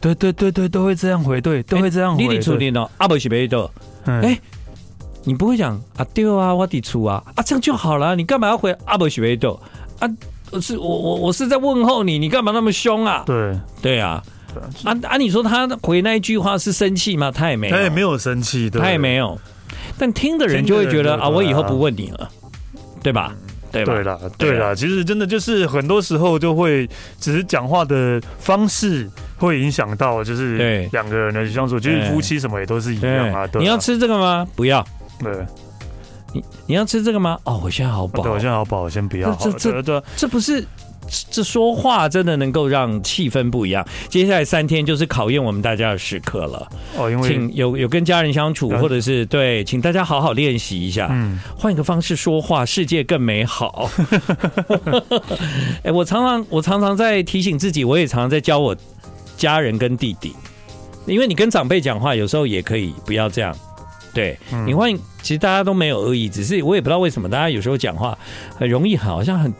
Speaker 3: 对对对对，都会这样回，对，都会这样回。
Speaker 2: 哎你你处
Speaker 3: 对
Speaker 2: 理呢？阿伯喜贝豆。
Speaker 3: 嗯
Speaker 2: 哎你不会讲啊丢啊，我抵触啊啊，这样就好了。你干嘛要回阿伯许维豆啊？是我我我是在问候你，你干嘛那么凶啊？
Speaker 3: 对，
Speaker 2: 对啊，啊啊！你说他回那一句话是生气吗？他也没有，
Speaker 3: 他也没有生气，对
Speaker 2: 哦他也没有。但听的人就会觉
Speaker 3: 听的
Speaker 2: 得
Speaker 3: 人就
Speaker 2: 啊，我以后
Speaker 3: 对啊嗯
Speaker 2: 不问你了，对吧？对啊吧？
Speaker 3: 对啦，对啦，其实真的就是很多时候就会，只是讲话的方式会影响到，就是
Speaker 2: 对
Speaker 3: 两个人的相处，就是
Speaker 2: 对
Speaker 3: 夫妻什么也都是一
Speaker 2: 对
Speaker 3: 样啊。对啊，
Speaker 2: 你要吃这个吗？不要。
Speaker 3: 对，对
Speaker 2: 你你要吃这个吗？哦，我现在好饱
Speaker 3: 我。现在好不好？先不要好
Speaker 2: 这
Speaker 3: 了，
Speaker 2: 这
Speaker 3: 对对
Speaker 2: 这不是这这说话真的能够让气氛不一样。接下来三天就是考验我们大家的时刻了。
Speaker 3: 哦，因为
Speaker 2: 请有有跟家人相处，
Speaker 3: 了解
Speaker 2: 或者是对，请大家好好练习一下，
Speaker 3: 嗯
Speaker 2: 换一个方式说话，世界更美好。 哎、我常常我常常在提醒自己，我也常常在教我家人跟弟弟，因为你跟长辈讲话，有时候也可以不要这样。对
Speaker 3: 嗯
Speaker 2: 你换，其实大家都没有恶意，只是我也不知道为什么大家有时候讲话很容易，好像很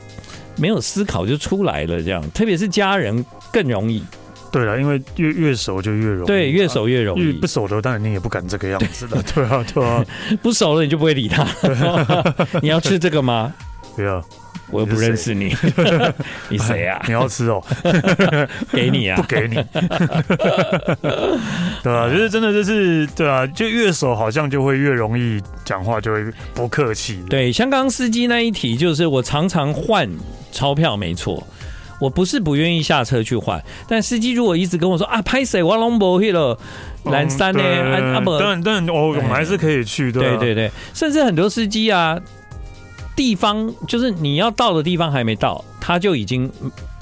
Speaker 2: 没有思考就出来了这样，特别是家人更容易，
Speaker 3: 对了，因为越越熟就越容易，
Speaker 2: 对，越熟越
Speaker 3: 啊
Speaker 2: 容
Speaker 3: 越
Speaker 2: 易，
Speaker 3: 不熟的，当然你也不敢这个样子 了，对啊，对啊，
Speaker 2: 不熟了你就不会理 他。你要吃这个吗？
Speaker 3: 不要，
Speaker 2: 我又不认识你， 你谁啊？
Speaker 3: 你要吃哦，
Speaker 2: 给你
Speaker 3: 不
Speaker 2: 啊！
Speaker 3: 给你，对啊，就是真的就是对啊，就越熟好像就会越容易讲话，就会不客气，
Speaker 2: 对，像刚刚司机那一题，就是我常常换钞票，没错。我不是不愿意下车去换，但司机如果一直跟我说啊，拍谁我龙博去了，蓝山呢，
Speaker 3: 哦嗯对
Speaker 2: 啊啊不，
Speaker 3: 当然当然，我我们还是可以去，对
Speaker 2: 对
Speaker 3: 啊
Speaker 2: 对对，甚至很多司机啊，地方就是你要到的地方还没到，他就已经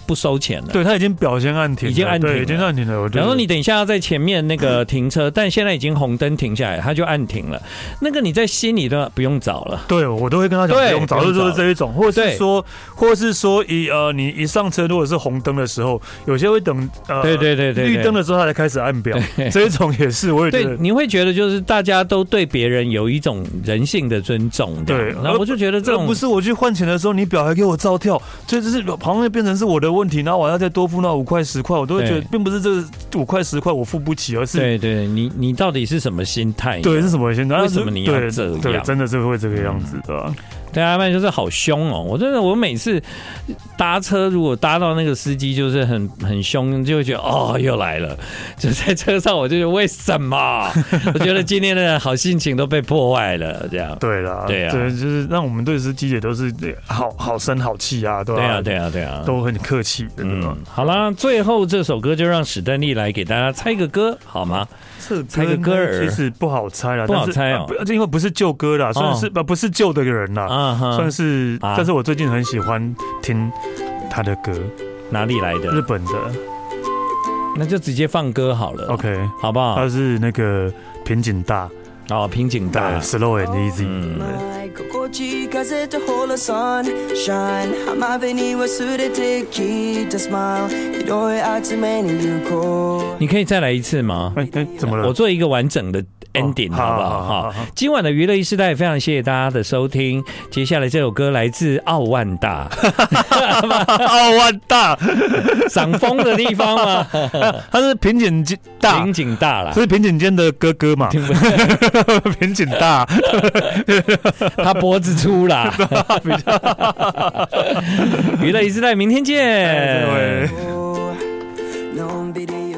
Speaker 2: 不收钱了。
Speaker 3: 对，他已经表现按停了，
Speaker 2: 已经按停了
Speaker 3: 对，已嗯经按停了。我觉得
Speaker 2: 然后你等一下要在前面那个停车，但现在已经红灯停下来，他就按停了。那个你在心里的不用找了，
Speaker 3: 对我都会跟他讲，
Speaker 2: 对
Speaker 3: 不用找，
Speaker 2: 不
Speaker 3: 就
Speaker 2: 用找
Speaker 3: 是这一种，或
Speaker 2: 对
Speaker 3: 是说，或是说一呃，你一上车如果是红灯的时候，有些会等呃，
Speaker 2: 对对对对对
Speaker 3: 绿灯的时候他才开始按表， 这一种也是，我也觉
Speaker 2: 对，
Speaker 3: 得。
Speaker 2: 你会觉得就是大家都对别人有一种人性的尊重这样，
Speaker 3: 对
Speaker 2: 然后我就觉得这
Speaker 3: 这
Speaker 2: 种
Speaker 3: 不是我去换钱的时候，你表还给我照跳，所以这是旁边变成是我的问题，然后我还要再多付那五块十块，我都会觉得
Speaker 2: 对
Speaker 3: 并不是这五块十块我付不起，而是
Speaker 2: 对对，你你到底是什么心态？
Speaker 3: 对，是什么先？然后
Speaker 2: 为什
Speaker 3: 是
Speaker 2: 么你要
Speaker 3: 对
Speaker 2: 这样嗯
Speaker 3: 对，真的是会这个样子的啊。
Speaker 2: 对啊，不然就是好凶哦！我真的，我每次搭车，如果搭到那个司机就是很很凶，就会觉得哦，又来了。 就在车上，我就觉得为什么？ 我觉得今天的好心情都被破坏了，这样。
Speaker 3: 对啦，
Speaker 2: 对啊
Speaker 3: 就是让我们对司机也都是好好声好气啊，对吧、
Speaker 2: 对啊，对啊，对啊。
Speaker 3: 都很客气的，对吧
Speaker 2: 嗯？，好啦，最后这首歌就让史丹利来给大家猜个歌好吗？
Speaker 3: 这
Speaker 2: 猜个歌儿
Speaker 3: 其实不好猜啦，
Speaker 2: 不好
Speaker 3: 但是
Speaker 2: 猜哦
Speaker 3: 啊不因为不是旧歌啦，算是不不是旧的人啦，
Speaker 2: 啊哈
Speaker 3: 算是，
Speaker 2: 啊
Speaker 3: 但是我最近很喜欢听他的歌，
Speaker 2: 哪里来
Speaker 3: 日
Speaker 2: 的？
Speaker 3: 本的。
Speaker 2: 那就直接放歌好了
Speaker 3: OK，
Speaker 2: 好不好
Speaker 3: 他？是那个瓶颈大，
Speaker 2: 哦，瓶颈
Speaker 3: 对
Speaker 2: 大，
Speaker 3: ，Slow and Easy。
Speaker 1: 前心地風とホロサンシャイン浜辺に忘れてきたスマイル拾い集めに行こう
Speaker 2: 你可以再来一次吗？
Speaker 3: 哎哎，怎么了？
Speaker 2: 我做一个完整的 ending，、
Speaker 3: 哦
Speaker 2: 好不好？
Speaker 3: 好好好
Speaker 2: 哈
Speaker 3: 好，
Speaker 2: 今晚的娱乐一时代非常谢谢大家的收听。接下来这首歌来自奥万 大，
Speaker 3: 奥万大，
Speaker 2: 赏风的地方嘛，
Speaker 3: 他是瓶颈间大
Speaker 2: 瓶，颈大啦
Speaker 3: 这。是瓶颈间的哥哥嘛？
Speaker 2: 听不见
Speaker 3: 瓶颈大，
Speaker 2: 他脖子粗 啦。
Speaker 3: 哎
Speaker 2: 娱乐一时代，明天见。
Speaker 3: 对。
Speaker 1: のんびり